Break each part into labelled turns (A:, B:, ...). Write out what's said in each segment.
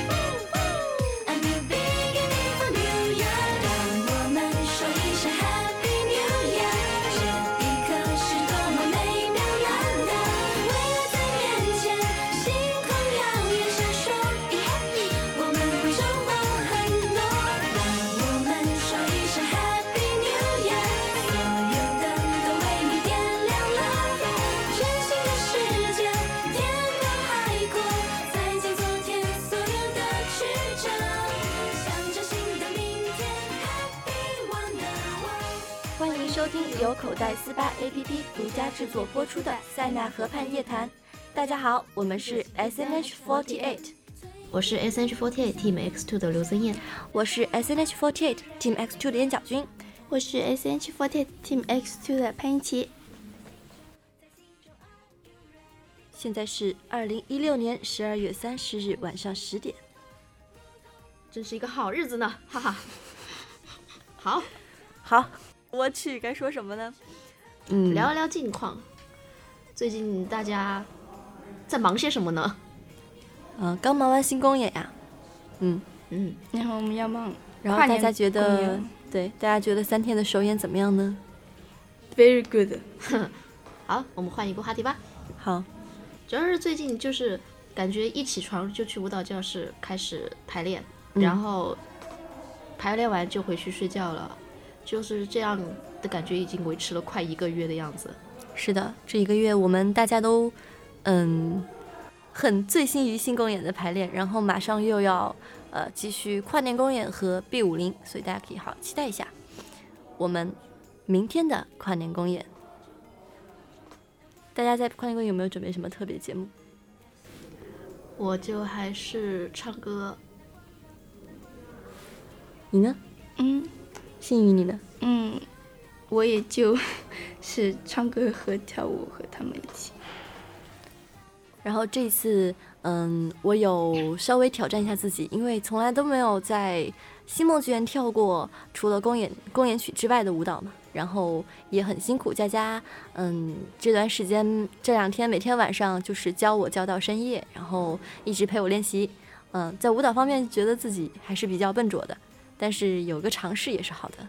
A: A new beginning for New Year，让我们说一声 Happy New Year。这一刻是多么美妙难得，未来在面前，星空耀眼闪烁。Be happy，我们会收获很多。让我们说一声 Happy New Year，所有灯都为你点亮了。全新的世界，天高海阔，再见昨天所有的曲折，向着新的明天，Happy Wonderworld。
B: 欢迎收听由口袋四八 APP 独家制作播出的《塞纳河畔夜谈》。大家好，我们是 SNH48，
C: 我是 S H Forty Team X Two 的刘增艳。
B: 我是 SNH48 Team X2 的燕角君。
D: 我是 SNH48 Team X2 的潘一奇。
B: 现在是二零一六年十二月三十日晚上十点。
C: 真是一个好日子呢，哈 哈。好，
B: 好，我去，该说什么呢？嗯，
C: 聊一聊近况。最近大家在忙些什么呢？
B: 嗯、刚忙完新公演呀、嗯，
C: 嗯，
D: 然后我们要忙
B: 然后
D: 跨
B: 大
D: 年
B: 家觉
D: 公
B: 得
D: 演，
B: 对，大家觉得三天的首演怎么样呢？
D: very good，
C: 好，我们换一个话题吧。
B: 好，
C: 主要是最近就是感觉一起床就去舞蹈教室开始排练，
B: 嗯
C: 然后排练完就回去睡觉了，就是这样的感觉已经维持了快一个月的样子。
B: 是的，这一个月我们大家都，嗯，很醉心于新公演的排练，然后马上又要呃继续跨年公演和 B 五零，所以大家可以好好期待一下我们明天的跨年公演。大家在跨年公演有没有准备什么特别节目？
C: 我就还是唱歌，
B: 你呢？
D: 嗯
B: 信宇你呢？
D: 嗯，我也就是唱歌和跳舞和他们一起。
B: 然后这次，嗯，我有稍微挑战一下自己，因为从来都没有在星梦剧院跳过除了公演公演曲之外的舞蹈嘛。然后也很辛苦，佳佳，嗯，这段时间这两天每天晚上就是教我教到深夜，然后一直陪我练习。嗯，在舞蹈方面觉得自己还是比较笨拙的，但是有个尝试也是好的。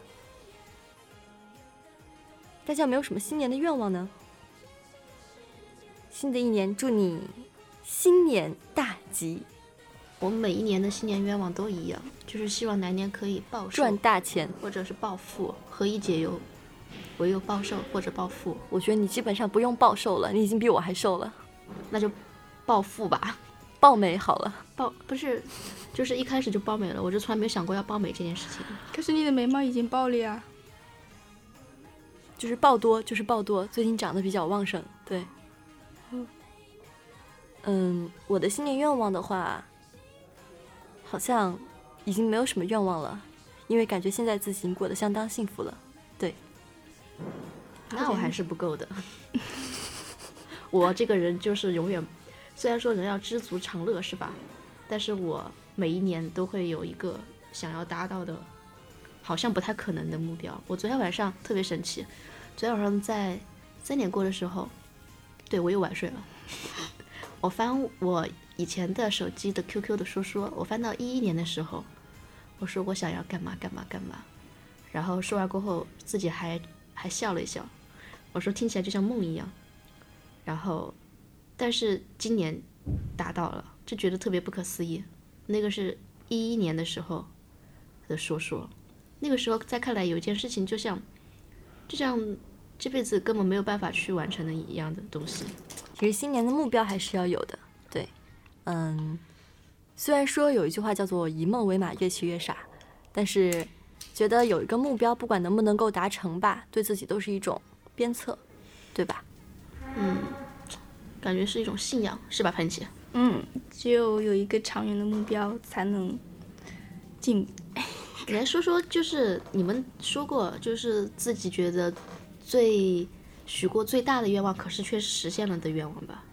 B: 大家有没有什么新年的愿望呢？新的一年祝你新年大吉，
C: 我们每一年的新年愿望都一样，就是希望来年可以暴瘦
B: 赚，大钱。
C: 或者是暴富，何以解忧？唯有暴瘦或者暴富，
B: 我觉得你基本上不用暴瘦了，你已经比我还瘦了，
C: 那就暴富吧。
B: 暴美好了。
C: 暴不是，就是一开始就暴美了，我就从来没有想过要暴美这件事情。
D: 可是你的眉毛已经爆啊了呀！
B: 就是暴多，就是暴多，最近长得比较旺盛。对，嗯，我的新年愿望的话，好像已经没有什么愿望了，因为感觉现在自己已经过得相当幸福了。
C: 那我还是不够的。 我这个人就是永远，虽然说人要知足常乐是吧？但是我每一年都会有一个想要达到的，好像不太可能的目标。我昨天晚上特别神奇，昨天晚上在三点过的时候，对我又晚睡了。我翻我以前的手机的 QQ 的说说，我翻到一一年的时候，我说我想要干嘛干嘛干嘛，然后说完过后自己还还笑了一笑，我说听起来就像梦一样。然后，但是今年达到了，就觉得特别不可思议。那个是一一年的时候的说说，那个时候在看来有一件事情就像，就像这辈子根本没有办法去完成的一样的东西。
B: 其实新年的目标还是要有的。对，嗯，虽然说有一句话叫做“以梦为马，越骑越傻”，但是觉得有一个目标，不管能不能够达成吧，对自己都是一种鞭策，对吧？
C: 嗯，感觉是一种信仰，是吧，潘姐？
D: 嗯，只有有一个长远的目标，才能进步。
C: 你来说说，就是你们说过，就是自己觉得最许过最大的愿望，可是却实现了的愿望吧？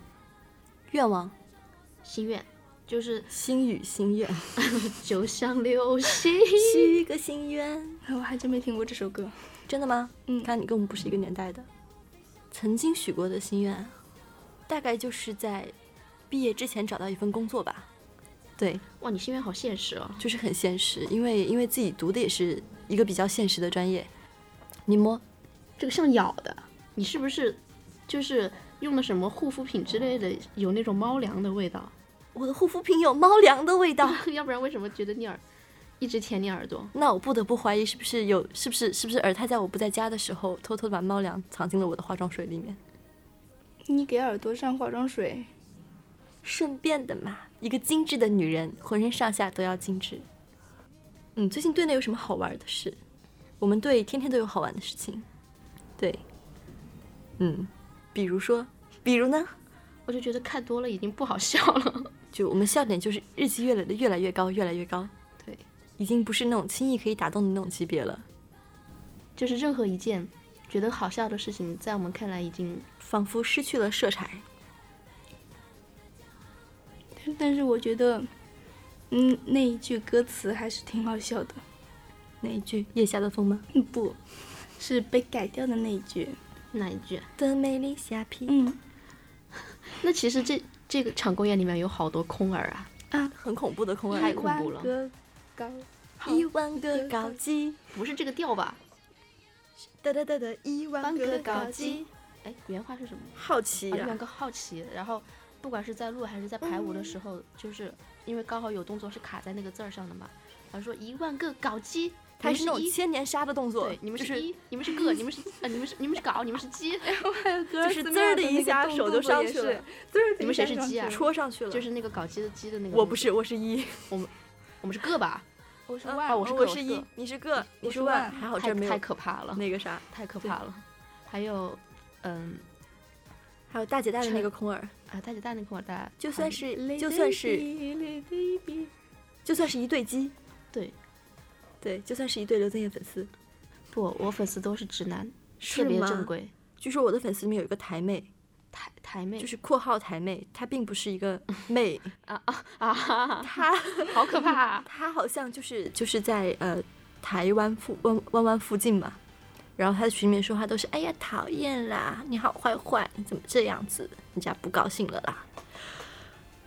B: 愿望、
C: 心愿，就是
B: 心语、心愿，
C: 就像 流星。
B: 许个心愿，
D: 哎我还真没听过这首歌。
B: 真的吗？
D: 嗯
B: 看你跟我们不是一个年代的。曾经许过的心愿，大概就是在毕业之前找到一份工作吧。对，
C: 哇，你心愿好现实哦。
B: 就是很现实，因为因为自己读的也是一个比较现实的专业。你摸，
C: 这个像咬的，你是不是就是用了什么护肤品之类的，有那种猫粮的味道？
B: 我的护肤品有猫粮的味道，
C: 要不然为什么觉得你耳一直舔你耳朵？
B: 那我不得不怀疑是不是有，是不是是不是尔泰在我不在家的时候，偷偷地把猫粮藏进了我的化妆水里面，
D: 你给耳朵上化妆水，
B: 顺便的嘛。一个精致的女人，浑身上下都要精致。嗯，最近队内有什么好玩的事？我们队天天都有好玩的事情。对，嗯，比如说，比如呢？
C: 我就觉得看多了已经不好笑了。
B: 就我们笑点就是日积月累的越来越高，越来越高，
C: 对，
B: 已经不是那种轻易可以打动的那种级别了，
C: 就是任何一件觉得好笑的事情，在我们看来已经
B: 仿佛失去了色彩。
D: 但但是我觉得，嗯，那一句歌词还是挺好笑的。
B: 那一句腋下的风吗？
D: 嗯，不是被改掉的那一句。
C: 那一句。
B: 的美丽虾皮，
D: 嗯
C: 那其实这这个场公演里面有好多空耳啊，
D: 啊，
B: 很恐怖的空耳
C: 太
D: 一
C: 恐
D: 万
C: 怖了
D: 个高，
B: 一万个搞基，
C: 不是这个调吧？
B: 哒哒哒哒，一万个搞基，，
C: 哎，原话是什么？
B: 好奇
C: 啊，一万
B: 啊，
C: 个好奇。然后不管是在录还是在排舞的时候，就是因为刚好有动作是卡在那个字儿上的嘛，然后说一万个搞基，
B: 它是那种
C: 一。
B: 千年杀的动作
C: 对，，你们
B: 就是哎是
C: 一，你们是 个，你们是呃，你们是你们是搞，你们是鸡，
B: 就是滋儿的一下手就上去了，，
D: 滋儿的
C: 你
D: 一
C: 们
D: 下
C: 谁是
D: 上
C: 鸡
D: 去
C: 啊
D: 了
B: 戳上去了。
C: 就是那个搞基的鸡的那个。
B: 我不，是，我是一，
C: 我们是个吧？
D: 我是
B: 嗯
D: 万，
C: 啊我是
B: 嗯
C: 个
B: 我是
C: 我是
B: 一
C: 个，
B: 你是个，你
D: 我
B: 是
D: 是
B: 万，
D: 万
B: 还好这
C: 太
B: 儿没
C: 太
B: 有
C: 可怕了，
B: 那个啥。
C: 太可
B: 对
C: 怕了。还有，嗯
B: 还有大姐大的那
C: 趁
B: 个空耳，
C: 啊，大姐大那块儿大家
B: 就算
C: 还
B: 是就算是就算是一对鸡，
C: 对
B: 对，就算是一对刘增艳粉丝，
C: 不，我粉丝都是直男，
B: 是
C: 特别
B: 吗
C: 正。规。
B: 据说我的粉丝里面有一个台妹，
C: 台台妹
B: 就是括号台妹，她并不是一 个妹，
C: 啊，哈哈
B: 她！
C: 好可怕啊
B: 她好像就是就是在呃台湾附湾湾湾附近吧。然后她的群里面说话都是哎呀讨厌啦，你好坏坏，你怎么这样子，人家不高兴了啦。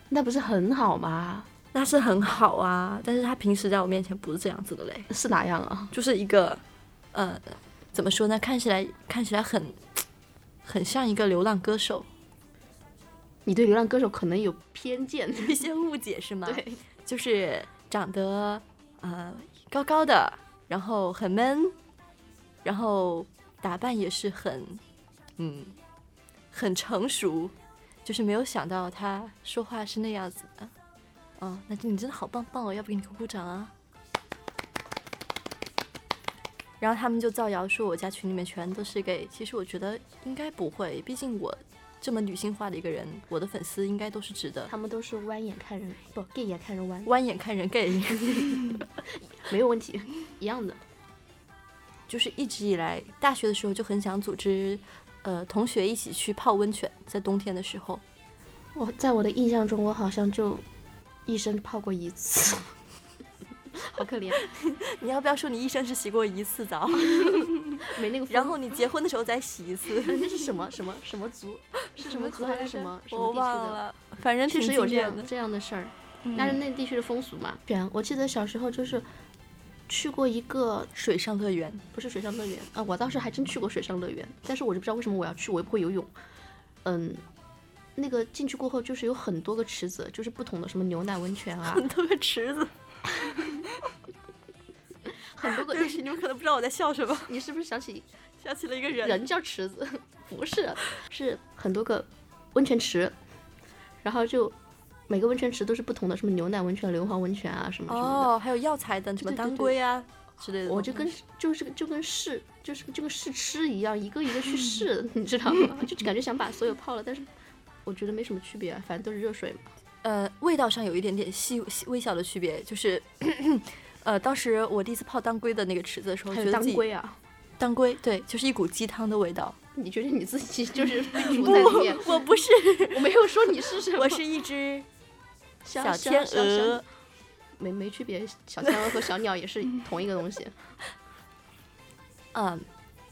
C: 那不是很好吗？
B: 那是很好啊，但是她平时在我面前不是这样子的嘞。
C: 是哪样啊？
B: 就是一个，呃，怎么说呢？看起来看起来很，很像一个流浪歌手，
C: 你对流浪歌手可能有偏见，
B: 一些误解是吗？
C: 对，
B: 就是长得呃高高的，然后很闷，然后打扮也是很，嗯，很成熟，就是没有想到他说话是那样子的。哦，那你真的好棒棒哦，要不给你鼓鼓掌啊！然后他们就造谣说我家群里面全都是 gay，其实我觉得应该不会，毕竟我这么女性化的一个人，我的粉丝应该都是直的。
C: 他们都是弯眼看人，不 gay 眼看人弯，
B: 弯眼看人 gay，
C: 没有问题，一样的。
B: 就是一直以来，大学的时候就很想组织，呃，同学一起去泡温泉，在冬天的时候，
C: 我在我的印象中，我好像就一生泡过一次， 好可怜，
B: 你要不要说你一生只洗过一次澡，
C: 没那个。
B: 然后你结婚的时候再洗一次？
C: 那是什么什么什么 族？是什么族还是什么 什么
B: 我
C: 地区
B: 忘
C: 的？
B: 了，反正
C: 确
B: 挺
C: 实有
B: 经
C: 这
B: 典
C: 样
B: 的。
C: 这样的嗯事儿，但是那地区的风俗嘛。对啊，我记得小时候就是去过一个
B: 水上乐 园，
C: 不是水上乐园啊，我当时还真去过水上乐园，但是我就不知道为什么我要去，我又不会游泳。嗯，那个进去过后就是有很多个池子，就是不同的什么牛奶温泉啊，
B: 很多个池子。
C: 很多个。
B: 对不起，你们可能不知道我在笑什么，
C: 你是不是想 起
B: 想起了一个人。
C: 人叫池子？ 不是，是很多个温泉池，然后就每个温泉池都是不同的，什么牛奶温泉、硫磺温泉啊什么什么的。
B: 哦，还有药材的什么
C: 对对
B: 当
C: 对
B: 归啊之类的东西。
C: 我就跟就是就跟试就是就跟试吃一样，一个一个
B: 嗯
C: 去试， 你知道吗？就感觉想把所有泡了，但是我觉得没什么区别，啊反正都是热水嘛。
B: 呃，味道上有一点点细细微小的区别，就是，呃，当时我第一次泡当归的那个池子的时候，
C: 还
B: 哦觉得
C: 有当
B: 自己
C: 归啊，
B: 当归，对，就是一股鸡汤的味道。
C: 你觉得你 自己就是被煮在里面？
B: 我 不是，
C: 我没有说你是什么，
B: 我是一只
C: 小
B: 小天，
C: 小小
B: 鹅
C: 小。没 没区别，小天鹅和小鸟也是同一个东西。
B: 嗯，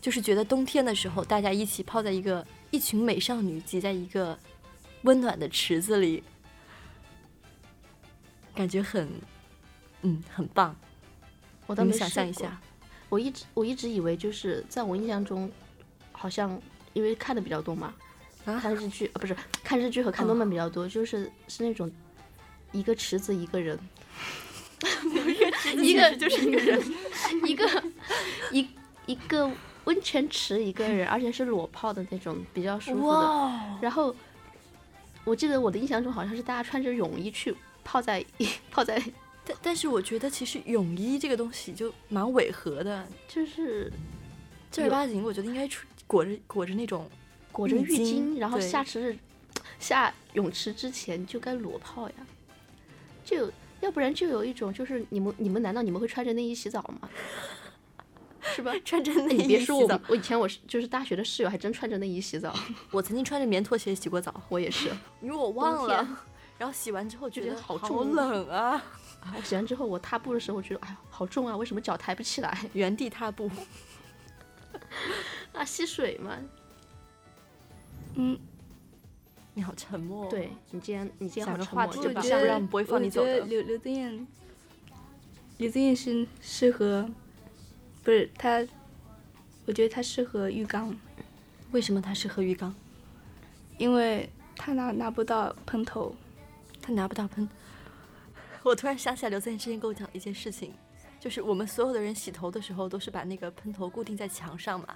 B: 就是觉得冬天的时候，大家一起泡在一个一群美少女挤在一个温暖的池子里，感觉很，嗯，很棒。
C: 我
B: 你
C: 倒没
B: 们想
C: 试
B: 象一
C: 过
B: 下，
C: 我一直我一直以为就是在我印象中，好像因为看的比较多嘛，
B: 啊
C: 看日剧啊不哦是看日剧和看动漫比较多，就是是那种一个池子一个人， 一个就是一个人， 一个一一个温泉池一个人，而且是裸泡的那种，比较舒服的。
B: 哇，
C: 然后我记得我的印象中好像是大家穿着泳衣去泡在泡在
B: 但但是我觉得其实泳衣这个东西就蛮违和的，
C: 就是
B: 正儿八经我觉得应该出裹着裹着那种
C: 裹着
B: 浴
C: 浴
B: 巾
C: 巾，然后
B: 对
C: 下池下泳池之前就该裸泡呀，就要不然就有一种就是你们你们难道你们会穿着内衣洗澡吗？ 是吧？
B: 穿着内
C: 你
B: 衣
C: 别说
B: 洗
C: 我
B: 澡，
C: 我以前我是就是大学的室友还真穿着内衣洗澡，
B: 我曾经穿着棉拖鞋洗过澡，
C: 我 也是。
B: 因为我忘
C: 冬天
B: 了。然后洗完之后
C: 就
B: 觉得
C: 觉得好
B: 好
C: 重
B: 冷啊，
C: 啊我洗完之后我踏步的时候，我觉得哎呀好重啊，为什么脚抬不 起来？
B: 原地踏步。
C: 啊，吸水嘛。
D: 嗯，
B: 你好沉默、哦。
C: 对，你今天你今
B: 想
C: 天好
B: 个
C: 沉
B: 话
C: 默，
B: 题
C: 就
B: 吧
C: 把
B: 想让播放你走
D: 我觉
B: 的
D: 得刘刘德燕，刘德燕是适合，不是他，我觉得他适合浴缸，
B: 为什么它适合浴缸？
D: 因为他拿拿不到喷头，
B: 它拿不到喷。 我突然想起来，刘在燕之前跟我讲一件事情，就是我们所有的人洗头的时候都是把那个喷头固定在墙上嘛，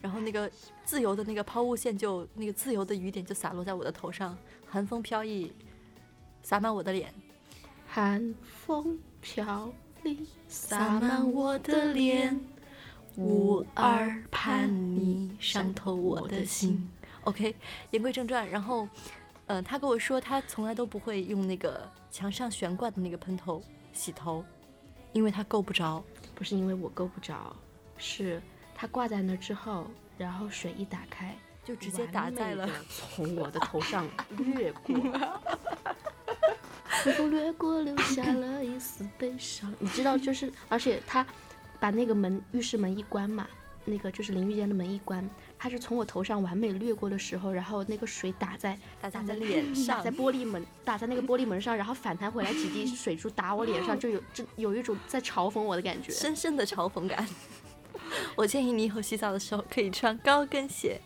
B: 然后那个自由的那个抛物线就那个自由的雨点就洒落在我的头上，寒风飘逸，洒满我的脸，
C: 寒风飘零，
B: 洒
C: 洒
B: 满
C: 满
B: 我的脸，无二叛逆伤透我的心。OK，言归正传，然后，呃，他跟我说他从来都不会用那个墙上悬挂的那个喷头洗头，因为他够不着。
C: 不是因为我够不着，是它挂在那之后，然后水一打开，
B: 就直接打在了
C: 完美地从我的头 上掠过，然后掠过留下了一丝悲伤。你知道，就是而且它把那个门浴室门一关嘛，那个就是淋浴间的门一关，它是从我头上完美掠过的时候，然后那个水打在
B: 打在脸上
C: 打在玻璃门，打在那个玻璃门上，然后反弹回来几滴水珠打我脸上，就有这有一种在嘲讽我的感 觉。
B: 深深的嘲讽感。 我建议你以后洗澡的时候可以穿高跟鞋。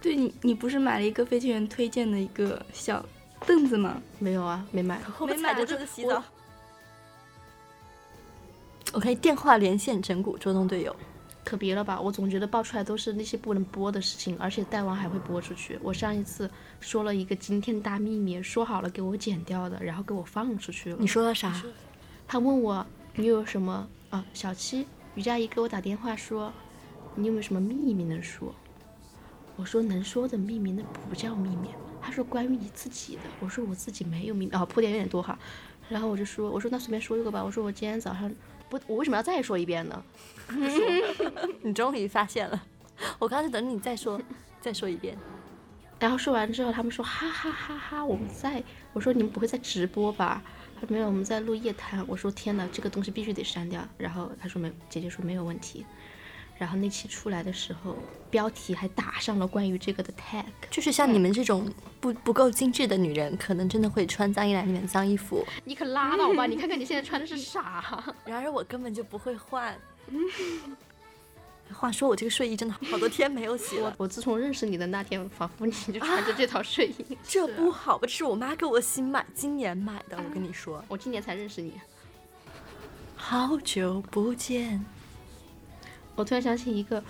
D: 对你你不是买了一个飞行员推荐的一个小凳子吗？
C: 没有啊，没买。
B: 我们
D: 没
B: 踩着
D: 买
B: 这个洗
D: 我
B: 澡。OK，电话连线整蛊捉弄队友。
C: 可别了吧！我总觉得爆出来都是那些不能播的事情，而且弹王还会播出去。我上一次说了一个惊天大秘密，说好了给我剪掉的，然后给我放出去了。
B: 你说了啥？
C: 他问我你有什么啊？小七，于佳怡给我打电话说，你有没有什么秘密能说？我说能说的秘密那不叫秘密。他说关于你自己的，我说我自己没有秘密啊，铺垫有点多哈。然后我就说，我说那随便说一个吧。我说我今天早上不，我为什么要再说一遍呢？
B: 你终于发现了，我刚才等你再说，再说一遍。
C: 然后说完之后，他们说哈哈哈哈，我们在，我说你们不会在直播吧？他说没有，我们在录夜谈。我说天哪，这个东西必须得删掉。然后他说没，姐姐说没有问题。然后那期出来的时候，标题还打上了关于这个的 tag。
B: 就是像你们这种不不够精致的女人，可能真的会穿脏衣篮里面的脏衣服。
C: 你可拉倒吧！你看看你现在穿的是啥？
B: 然而我根本就不会换。 话说我这个睡衣真的好多天没有洗
C: 我
B: 了，
C: 我自从认识你的那天，仿佛你就穿着这套睡衣。
B: 这不好，这是我妈给我新买，今年买的。我跟你说，
C: 我今年才认识你。
B: 好久不见，
C: 我突然想起一个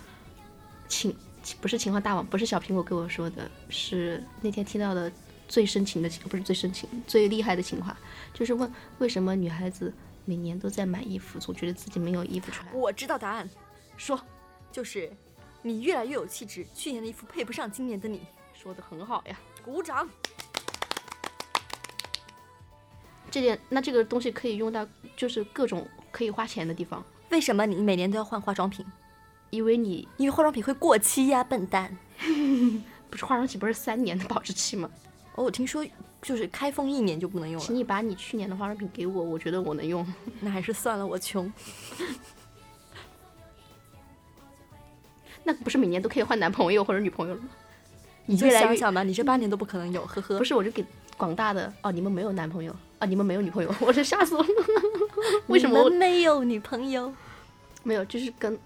C: 情，不是情话大王，不是小苹果跟我说的，是那天听到的最深情的情，不是最深情，最厉害的情话，就是问为什么女孩子每年都在买衣服，总觉得自己没有衣服穿。
B: 我知道答案，说，就是你越来越有气质，去年的衣服配不上今年的你，
C: 说的很好呀，
B: 鼓掌。
C: 这件那这个东西可以用到，就是各种可以花钱的地方，
B: 为什么你每年都要换化妆品？
C: 因为你
B: 因为化妆品会过期呀，笨蛋。
C: 不是化妆品不是三年的保质期吗？
B: 哦，我听说就是开封一年就不能用
C: 请
B: 了，
C: 你把你去年的化妆品给我，我觉得我能用。
B: 那还是算了，我穷。
C: 那不是每年都可以换男朋友或者女朋友了吗？
B: 你就
C: 越来
B: 想
C: 越
B: 想吧，你这八年都不可能有，呵呵
C: 不。是，我就给广大的哦，你们没有男朋友啊，你们没有女朋友，我是吓死我了。 为什么
B: 你
C: 我
B: 们没有女朋友？
C: 没有？就是跟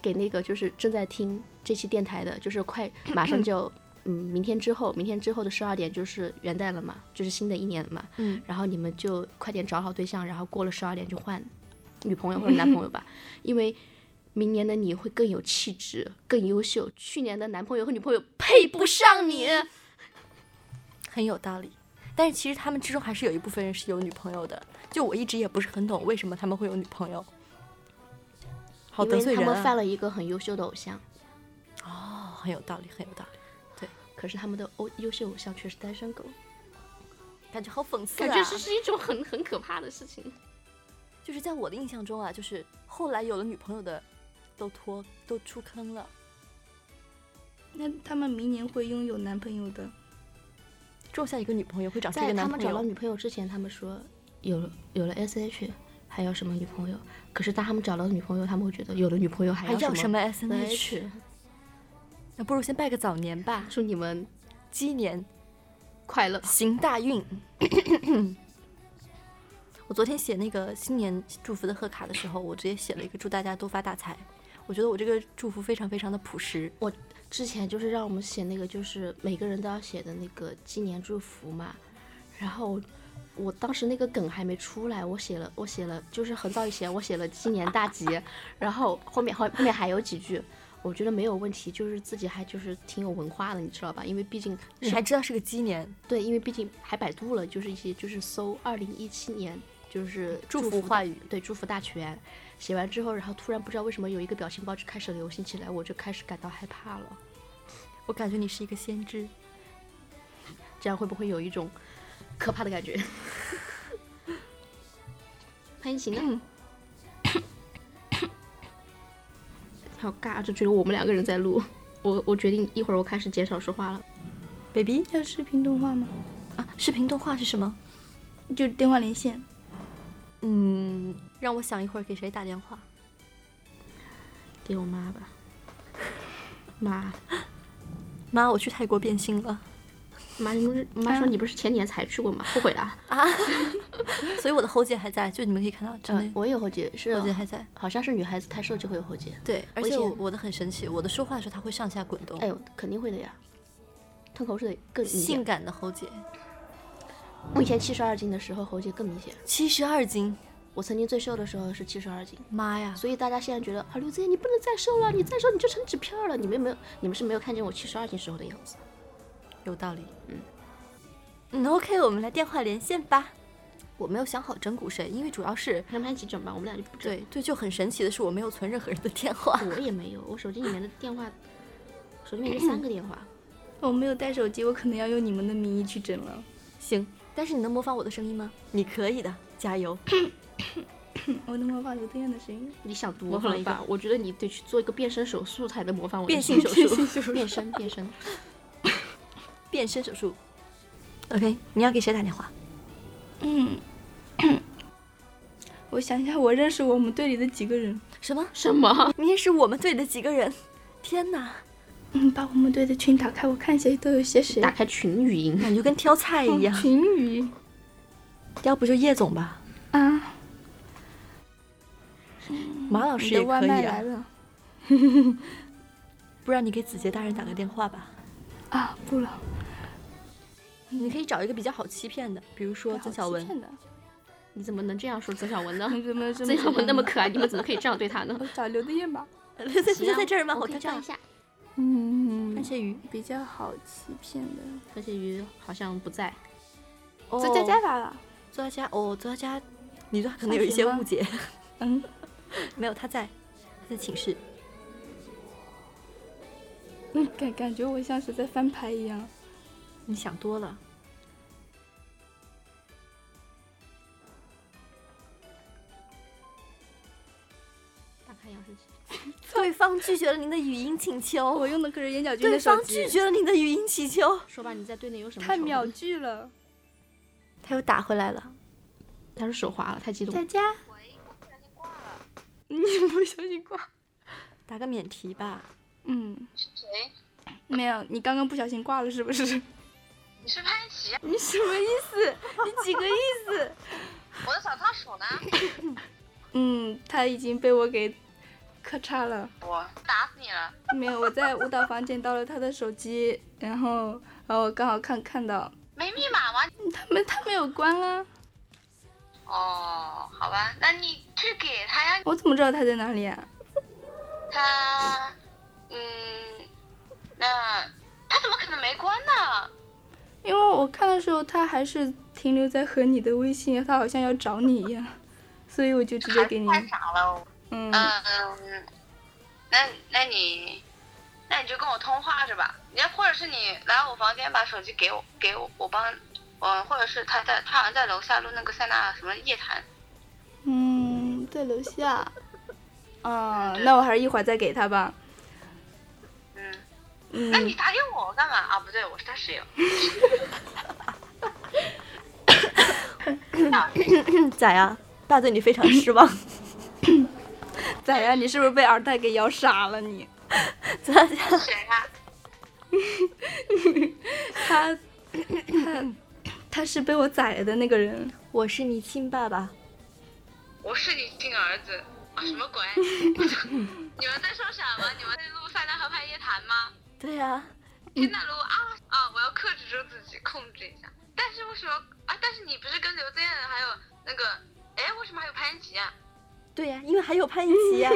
C: 给那个就是正在听这期电台的，就是快马上就要嗯，明天之后，明天之后的十二点就是元旦了嘛，就是新的一年了嘛。
B: 嗯，
C: 然后你们就快点找好对象，然后过了十二点就换女朋友或者男朋友吧， 因为明年的你会更有气质，更优秀。去年的男朋友和女朋友配不上你。
B: 很有道理。但是其实他们之中还是有一部分人是有女朋友的，就我一直也不是很懂为什么他们会有女朋友。好
C: 因
B: 得罪
C: 为他
B: 人
C: 们犯
B: 啊！
C: 了一个很优秀的偶像，
B: 哦，很有道理，很有道理，
C: 可是他们的偶优秀偶像却是单身狗，
B: 感觉好讽刺啊！
C: 感觉这是一种很很可怕的事情。
B: 就是在我的印象中啊，就是后来有了女朋友的都脱都出坑了，
D: 那他们明年会拥有男朋友的，
B: 种下一个女朋友会长出一
C: 在
B: 个
C: 他
B: 男
C: 们
B: 朋
C: 找到
B: 友。
C: 女朋友之前，他们说有了有了 S H，还要什么女朋友？可是当他们找到女朋友，他们会觉得有了女朋友还
B: 还要什么
C: 么
B: S N H？
C: H？
B: 那不如先拜个早年吧，
C: 祝你们
B: 鸡年
C: 快乐！
B: 行大运。 我昨天写那个新年祝福的贺卡的时候，我直接写了一个祝大家都发大财。我觉得我这个祝福非常非常的朴实，
C: 之前就是让我们写那个，就是每个人都要写的那个新年祝福嘛。然后我我当时那个梗还没出来，我写了，我写了，就是很早以前我写了今年大吉， 然后后面后后面还有几句，我觉得没有问题，就是自己还就是挺有文化的，你知道吧？因为毕竟
B: 你嗯还知道是个鸡年，
C: 对，因为毕竟还百度了，就是一些就是搜二零一七年就是
B: 祝福
C: 福
B: 话
C: 大
B: 语，
C: 对祝福大全。写完之后，然后突然不知道为什么有一个表情包就开始流行起来，我就开始感到害怕了。
B: 我感觉你是一个先知。
C: 这样会不会有一种可怕的感 觉？潘一行
B: 嗯
C: 呢？好尬，就只有我们两个人在录。我我决定一会儿我开始减少说话了。
B: baby
D: 要视频动画吗？
B: 啊，视频动画是什么？
D: 就电话连线，
B: 嗯，让我想一会儿给谁打电话。
C: 给我妈 吧，妈
B: 妈，我去泰国变性了
C: 妈，你不是妈说
D: 啊
C: 你不是前年才去过 吗？后悔了啊。
B: 啊， 所以我的喉结还在，就你们可以看到，真
C: 呃，
B: 的
C: 我也有喉结，是
B: 喉结还在。
C: 好像是女孩子太瘦就会有喉结。
B: 对，而
C: 我以
B: 且
C: 前
B: 我我的很神奇，我的说话的时候它会上下滚动
C: 哎，呦，肯定会的呀，吞口水更明
B: 性
C: 显。
B: 感的喉结，
C: 我以前七十二斤的时候喉结更明显，
B: 七十二斤，
C: 我曾经最瘦的时候是七十二斤。
B: 妈呀！
C: 所以大家现在觉得啊，刘子妍你不能再瘦了，你再瘦你就成纸片儿了。你们有没有，你们是没有看见我七十二斤时候的样子。
B: 有道理。嗯嗯，OK，我们来电话连线吧。我没有想好整蛊谁，因为主要是
C: 让他一起整吧，我们俩就不整。
B: 对对，就很神奇的是我没有存任何人的电话。
C: 我也没有，我手机里面的电话，手机里面就三个电话。
D: 我没有带手机，我可能要用你们的名义去整了。
B: 行，但是你能模仿我的声音吗？你可以的，加油！
D: 嗯我能模仿刘德燕的声音，
C: 你想多
D: 模仿
C: 了
D: 一
C: 吧？我觉得你得去做一个变身手术才能模仿我的
B: 变
C: 声
B: 性
C: 音
B: 手术，
C: 变身变 身。
B: 变身手术。OK，你要给谁打电话？
D: 嗯， 我想一下，我认识我们队里的几个人，
B: 什么？
C: 什么？
B: 你也是我们队的几个人？天哪，
D: 嗯，把我们队的群打开，我看谁都有些谁。
C: 打开群语音。
B: 感觉跟挑菜一样。
D: 群语
B: 要不就叶总吧，
D: 啊，
B: 马老
D: 你
B: 师
D: 的
B: 也
D: 外
B: 可
D: 卖
B: 以
D: 来
B: 啊。
D: 了
B: 不然你给子杰大人打个电话吧。
D: 啊，不了，
B: 你可以找一个比较好欺骗的，比如说
D: 好
B: 曾小
D: 欺
B: 文。
D: 骗的，
C: 你怎么能这样说曾小文 呢？
D: 你怎么这么
C: 曾小文那么
D: 欺
C: 可爱，你们怎么可以这样对他呢
D: 骗？我找刘德燕吧，
B: 刘在
C: 行啊
B: 在这儿吗？
C: 我
B: 好
C: 可以
B: 尴
C: 叫
B: 尬
C: 一。下。
D: 嗯
B: 番，茄鱼，
D: 比较好欺骗的，
C: 何谢鱼好像不在，
B: 哦
D: 做佳佳来了，
B: 作家家哦，作家家，你对他可能有一些误解。
D: 嗯，
B: 没有，他在，他在寝室。
D: 嗯感感觉我像是在翻牌一样。
B: 你想多了。
C: 打开扬声器。
B: 对方拒绝了您的语音请求，
D: 哦我用的可是眼角君
B: 对
D: 的手
B: 方
D: 机
B: 拒，绝了您的语音请求，
C: 说吧，你在队内有什么
D: 太
C: 仇恨
D: 秒剧了。
B: 他又打回来了。
C: 他说手滑了，太激动。
D: 佳佳， 你不小心挂了。
B: 打个免提吧，
D: 嗯，
E: 谁？
D: 没有，你刚刚不小心挂了是 不是？
E: 你是潘琪？
D: 你什么意思？你几个意思？
E: 我在找他数呢。
D: 嗯，他已经被我给咔嚓了。
E: 我打死你了！
D: 没有，我在舞蹈房捡到了他的手机，然后，然后我刚好看看到，
E: 没密码吗？
D: 他没他没有关啊啦，
E: 哦，好吧，那你去给他呀。
D: 我怎么知道他在哪里啊？
E: 他，嗯，那他怎么可能没关呢？
D: 因为我看的时候他还是停留在和你的微信，他好像要找你一样， 所以我就直接给你
E: 还，是太傻了。
D: 嗯，
E: 嗯，那那你，那你就跟我通话是吧？你要或者是你来我房间把手机给我，给我，我帮，我或者是他在他好像在楼下录那个塞纳什么夜谈。
D: 嗯，在楼下。啊，那我还是一会儿再给他吧。
E: 嗯，那
D: 嗯
E: 你，打给我干嘛啊？不对，我是他室友。 啊
B: 咋呀？爸对你非常失 望，
D: 咋样？你是不是被二代给咬傻了你？
B: 咱家
E: 谁啊呀、
D: 他 他他是被我宰了的那个人。
B: 我是你亲爸爸，
E: 我是你亲儿子。啊，什么鬼？你们在说什么？你们在录塞纳河畔夜谈吗？
B: 对呀、
E: 现在录啊啊！我要克制住自己，控制一下。但是为什么啊？但是你不是跟刘震还有那个，哎，为什么还有潘琪啊？
B: 对呀、因为还有潘一奇 呀、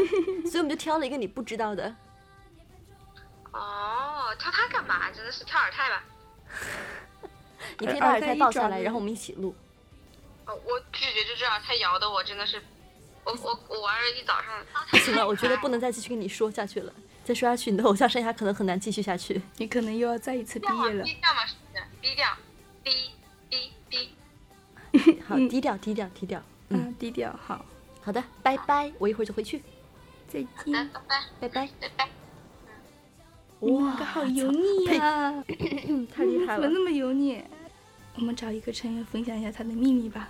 B: 所以我们就挑了一个你不知道的。
E: 哦，挑他干嘛？真的是挑耳泰吧？
B: 你可以
D: 呃
B: 把
D: 二
B: 耳
D: 代
B: 胎
D: 一
B: 抱
D: 转
B: 下来，
D: 入
B: 然后我们一起录。
E: 哦，我拒绝这只耳泰摇的我真的是，我我我玩了一早 上。哎
B: 行了，我觉得不能再继续跟你说下去了，再说下去你的偶像生涯可能很难继续下去。
D: 你可能又要再一次毕
E: 要么
B: 啊
D: 业了。
E: 低调嘛，是不是？低调，低低低。
B: 好，低调，低调，低调。嗯
D: 啊，低调好，
B: 好的，拜拜，我一会儿就回去，
D: 再
E: 来，
B: 啊
D: 见。
E: 拜拜，
B: 拜拜。
E: 拜拜。
B: 哇，
D: 好油腻呀、
B: 太厉害
D: 怎么
B: 了！
D: 那么油腻？我们找一个成员分享一下他的秘密吧。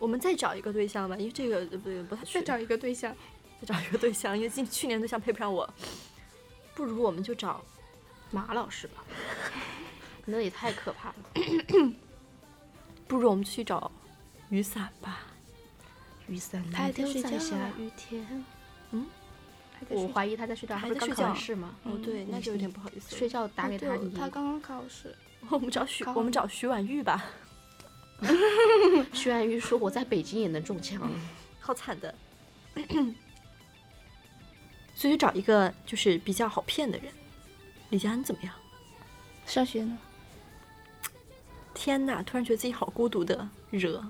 B: 我们再找一个对象吧，因为这个呃不不太
D: 再
B: 去
D: 找一个对象，
B: 再找一个对象，因为今去年对象配不上我，不如我们就找
C: 马老师吧， 那也太可怕了。
B: 不如我们去找雨伞吧。
C: 雨伞
D: 他还在
C: 丢
D: 睡觉
C: 在下
D: 啊
C: 雨天。
D: 还在
C: 我
D: 睡觉
C: 怀疑他在睡觉，他
B: 还
C: 不
B: 在
C: 是刚
B: 睡
C: 考完
B: 觉
C: 试吗？
B: 哦，对，那就有点不好意思了。
C: 睡觉打给他，
D: 对
C: 你
D: 他刚刚考试。
B: 我们找许，我们找徐婉玉吧，
C: 徐安玉说我在北京也能中枪，
B: 好惨的。 所以就找一个就是比较好骗的人。李佳恩怎么样？
D: 上学呢？
B: 天呐，突然觉得自己好孤独的惹。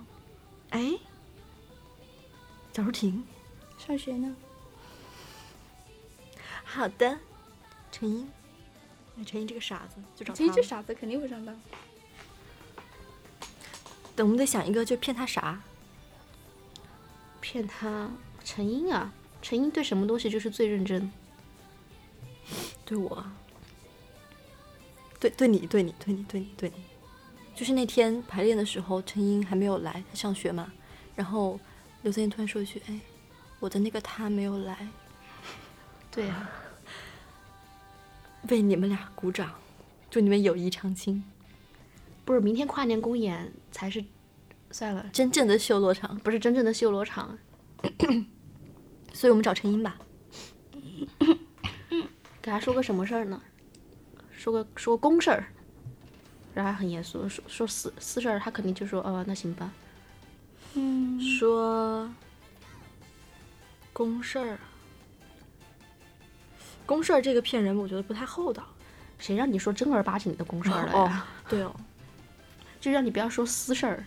B: 哎，贾舒婷，
D: 上学呢？
B: 好的，陈英，哎陈英这个傻子就找
D: 其实
B: 他
D: 这
B: 了
D: 傻子肯定会上当。
B: 等我们得想一个就骗他啥，
C: 骗他。陈英啊，陈英对什么东西就是最认真。
B: 对我，啊对对你，对你，对你，对你，对你，就是那天排练的时候，陈英还没有来，她上学嘛，然后刘森突然说一句：“哎，我的那个他没有来。
C: 对啊，”
B: 为你们俩鼓掌，祝你们友谊长青，
C: 不是明天跨年公演才是，算了，
B: 真正的修罗场。
C: 不是真正的修罗场。
B: 所以我们找陈英吧。
C: 给他说个什么事儿呢？说个说个公事儿，然后他很严肃，说说私私事儿，他肯定就说哦，那行吧。
D: 嗯，
B: 说公事儿，公事儿这个骗人，我觉得不太厚道。
C: 谁让你说正儿八经的公事儿了
B: 哦
C: 呀？，
B: 对哦，
C: 就让你不要说私事儿，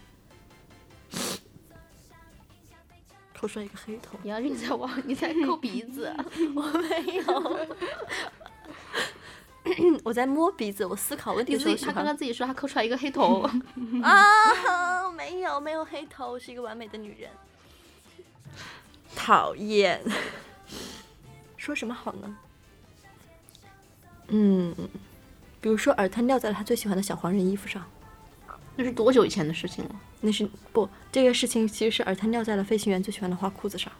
B: 口出来一个黑头。
C: 你要你在往你 在抠鼻子，啊
B: 没有， 我在摸鼻子，我思考问题
C: 你
B: 的时
C: 自
B: 候
C: 己
B: 喜
C: 他刚
B: 欢
C: 刚自己说他抠出来一个黑头，
B: 啊，没有没有黑头，我是一个完美的女人。讨厌， 说什么好呢？嗯，比如说耳滩掉在了他最喜欢的小黄人衣服上，
C: 那是多久以前的事情了？
B: 那是不这个事情其实是耳滩掉在了飞行员最喜欢的花裤子上。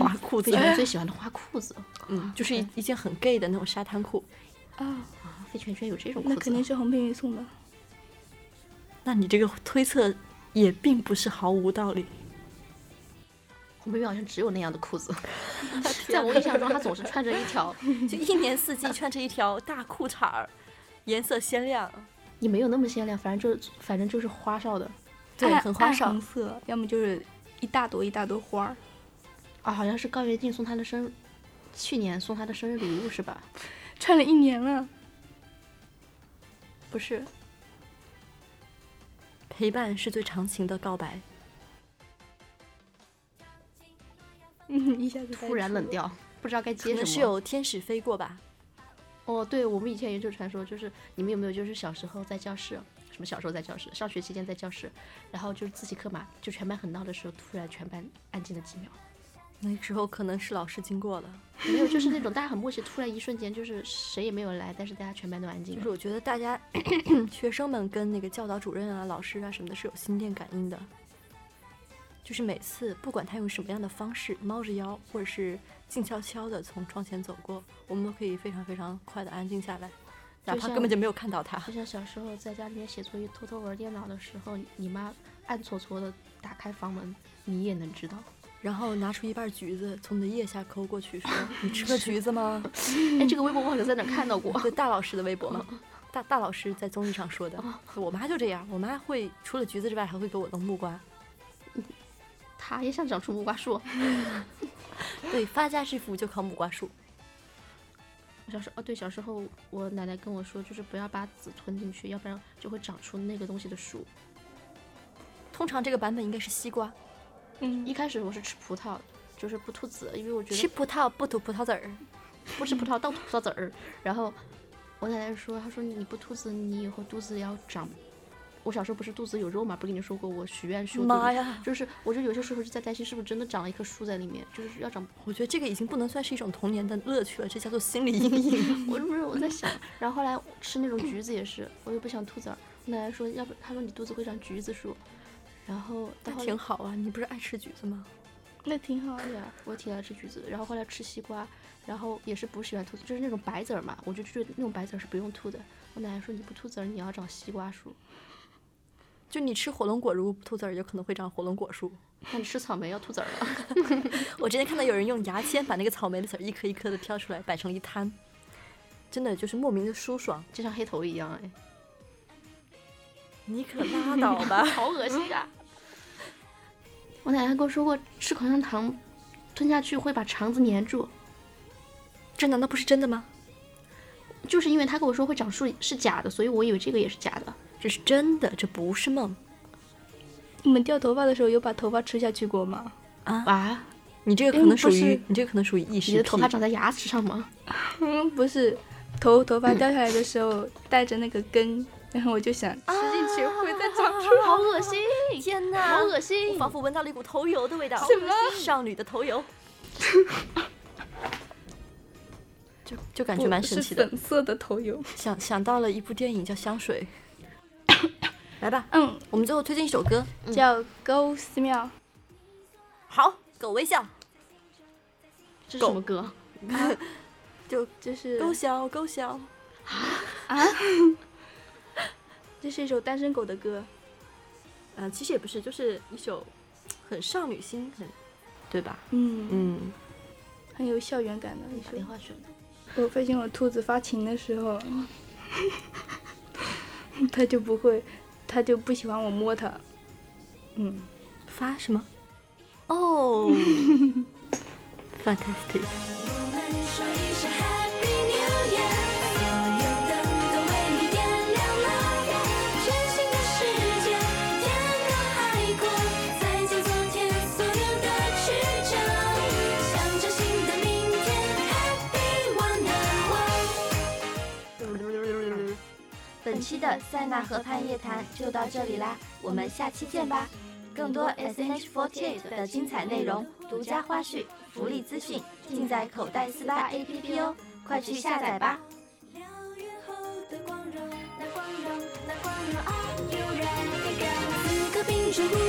D: 花裤啊
C: 飞行员最喜欢的花裤子，
B: 嗯，就是一一件很 gay 的那种沙滩裤。
D: 啊，
C: 啊飞圈圈有这种裤子
D: 那
C: 啊，
D: 肯定是红配运送的。
B: 那你这个推测也并不是毫无道理。
C: 红背心好像只有那样的裤 子，在我印象中，他总是穿着一 条，
B: 就一年四季穿着一条大裤衩儿，颜色鲜亮，
C: 也没有那么鲜亮，反正就是反正就是花哨的
B: 对，
C: 哎
D: 暗
B: 很花
D: 暗
B: 哨
D: 红。色，要么就是一大朵一大朵花儿。
C: 啊，好像是高圆镜送他的生，去年送他的生日礼物是吧？
D: 穿了一年了，不是
B: 陪伴是最长情的告白。
D: 嗯，一下子
C: 突然冷掉，不知道该
B: 可
C: 接
B: 能
C: 什
B: 是
C: 么。
B: 有天使飞过吧？
C: 哦，对，我们以前也就传说，就是你们有没有就是小时候在教室，什么小时候在教室，上学期间在教室，然后就是自习课嘛，就全班很闹的时候，突然全班安静了几秒，
B: 那时候可能是老师经过了，
C: 没有，就是那种大家很默契，突然一瞬间就是谁也没有来，但是大家全班都安静
B: 就
C: 了
B: 是。我觉得大家 学生们跟那个教导主任啊、老师啊什么的是有心电感应的，就是每次不管他用什么样的方式，猫着腰或者是静悄悄的从窗前走过，我们都可以非常非常快的安静下来，哪
C: 就
B: 怕
C: 像
B: 根本就没有看到他。
C: 就像小时候在家里面写作业、偷偷玩电脑的时候，你妈暗搓搓的打开房门，你也能知道。
B: 然后拿出一半橘子从你的腋下抠过去，说：“你吃个橘子吗
C: 哎，这个微博我好像在哪儿
B: 。
C: 看到过？”
B: 对，大老师的微博嘛，大大老师在综艺上说的。我妈就这样，我妈会除了橘子之外，还会给我弄木瓜。
C: 他也想长出木瓜树。
B: 对，发家致富就靠木瓜树。
C: 我小时候哦，对，小时候我奶奶跟我说，就是不要把籽吞进去，要不然就会长出那个东西的树。
B: 通常这个版本应该是西瓜，
D: 嗯
C: 一，开始我是吃葡萄，就是不吐籽，因为我觉
B: 吃
C: 得
B: 葡萄不吐葡萄籽儿。
C: 不吃葡萄倒吐葡萄籽儿。然后我奶奶说，她说你不吐籽，你以后肚子要长。我小时候不是肚子有肉嘛，不跟你说过我许愿修肚
B: 妈
C: 子
B: 呀！
C: 就是我就有些时候就在担心是不是真的长了一棵树在里面，就是要长。
B: 我觉得这个已经不能算是一种童年的乐趣了，这叫做心理阴 影。
C: 我不是我在想，然后后来吃那种橘子也是，我又不想吐籽儿。我奶奶说，要不她说你肚子会长橘子树，然后到
B: 那
C: 后来
B: 挺好啊，你不是爱吃橘子吗？
D: 那挺好的。
C: 对啊，我挺爱吃橘子的，然后后来吃西瓜，然后也是不喜欢吐，就是那种白籽儿嘛，我就觉得那种白籽儿是不用吐的。我奶奶说你不吐籽儿，你要长西瓜树。
B: 就你吃火龙果，如果不吐籽儿，有可能会长火龙果树。
C: 那你吃草莓要吐籽儿了。
B: 我之前看到有人用牙签把那个草莓的籽儿一颗一颗的挑出来，摆成一摊，真的就是莫名的舒爽。
C: 就像黑头一样哎，
B: 你可拉倒 吧！
C: 好恶心啊！我奶奶还跟我说过，吃口香糖吞下去会把肠子粘住，
B: 这难道不是真的吗？
C: 就是因为她跟我说会长树是假的，所以我以为这个也是假的。
B: 这是真的，这不是梦
D: 你们掉头发的时候有把头发吃下去过吗？
B: 啊！
C: 啊，
B: 你这个可能属
D: 嗯不
B: 于
D: 是
B: 你这个可能属于意识
C: 你的头发
B: 癖
C: 长在牙齿上吗？
D: 嗯，不是，头头发掉下来的时候带着那个根，然后我就想
B: 啊
D: 吃进去会再长出来。
C: 好恶心，
B: 天
C: 好
B: 哪！
C: 恶心
B: 我！仿佛闻到了一股头油的味道，
D: 什么
B: 少女的头油？就就感觉蛮神奇的
D: 是，粉色的头油。
B: 想想到了一部电影叫《香水》，来吧，
D: 嗯，
B: 我们最后推荐一首歌，
D: 叫勾寺庙。
B: 好，狗微笑，
C: 这是什么歌？
B: 就
D: 就是
B: 勾笑勾笑，
D: 这是一首单身狗的歌，
B: 嗯、其实也不是，就是一首很少女心，很对吧？
D: 嗯，
B: 嗯，
D: 很有校园感的一首。
C: 话说的。
D: 我发现我兔子发情的时候， 它就不会，它就不喜欢我摸它。嗯，
B: 发什么？哦，fantastic。
A: 我们说一声 Happy New Year，所有灯都为你点亮了。全新的世界，天高海阔，再见昨天所有的曲折，向着新的明天，Happy Wonderworld。
F: 本期的塞纳河畔夜谈就到这里啦，我们下期见吧！更多 SNH48 的精彩内容、独家花絮、福利资讯，尽在口袋四八 APP 哦，快去下载吧！
A: 六月后的光荣，那光荣，那光荣，Are you ready go？此刻屏住呼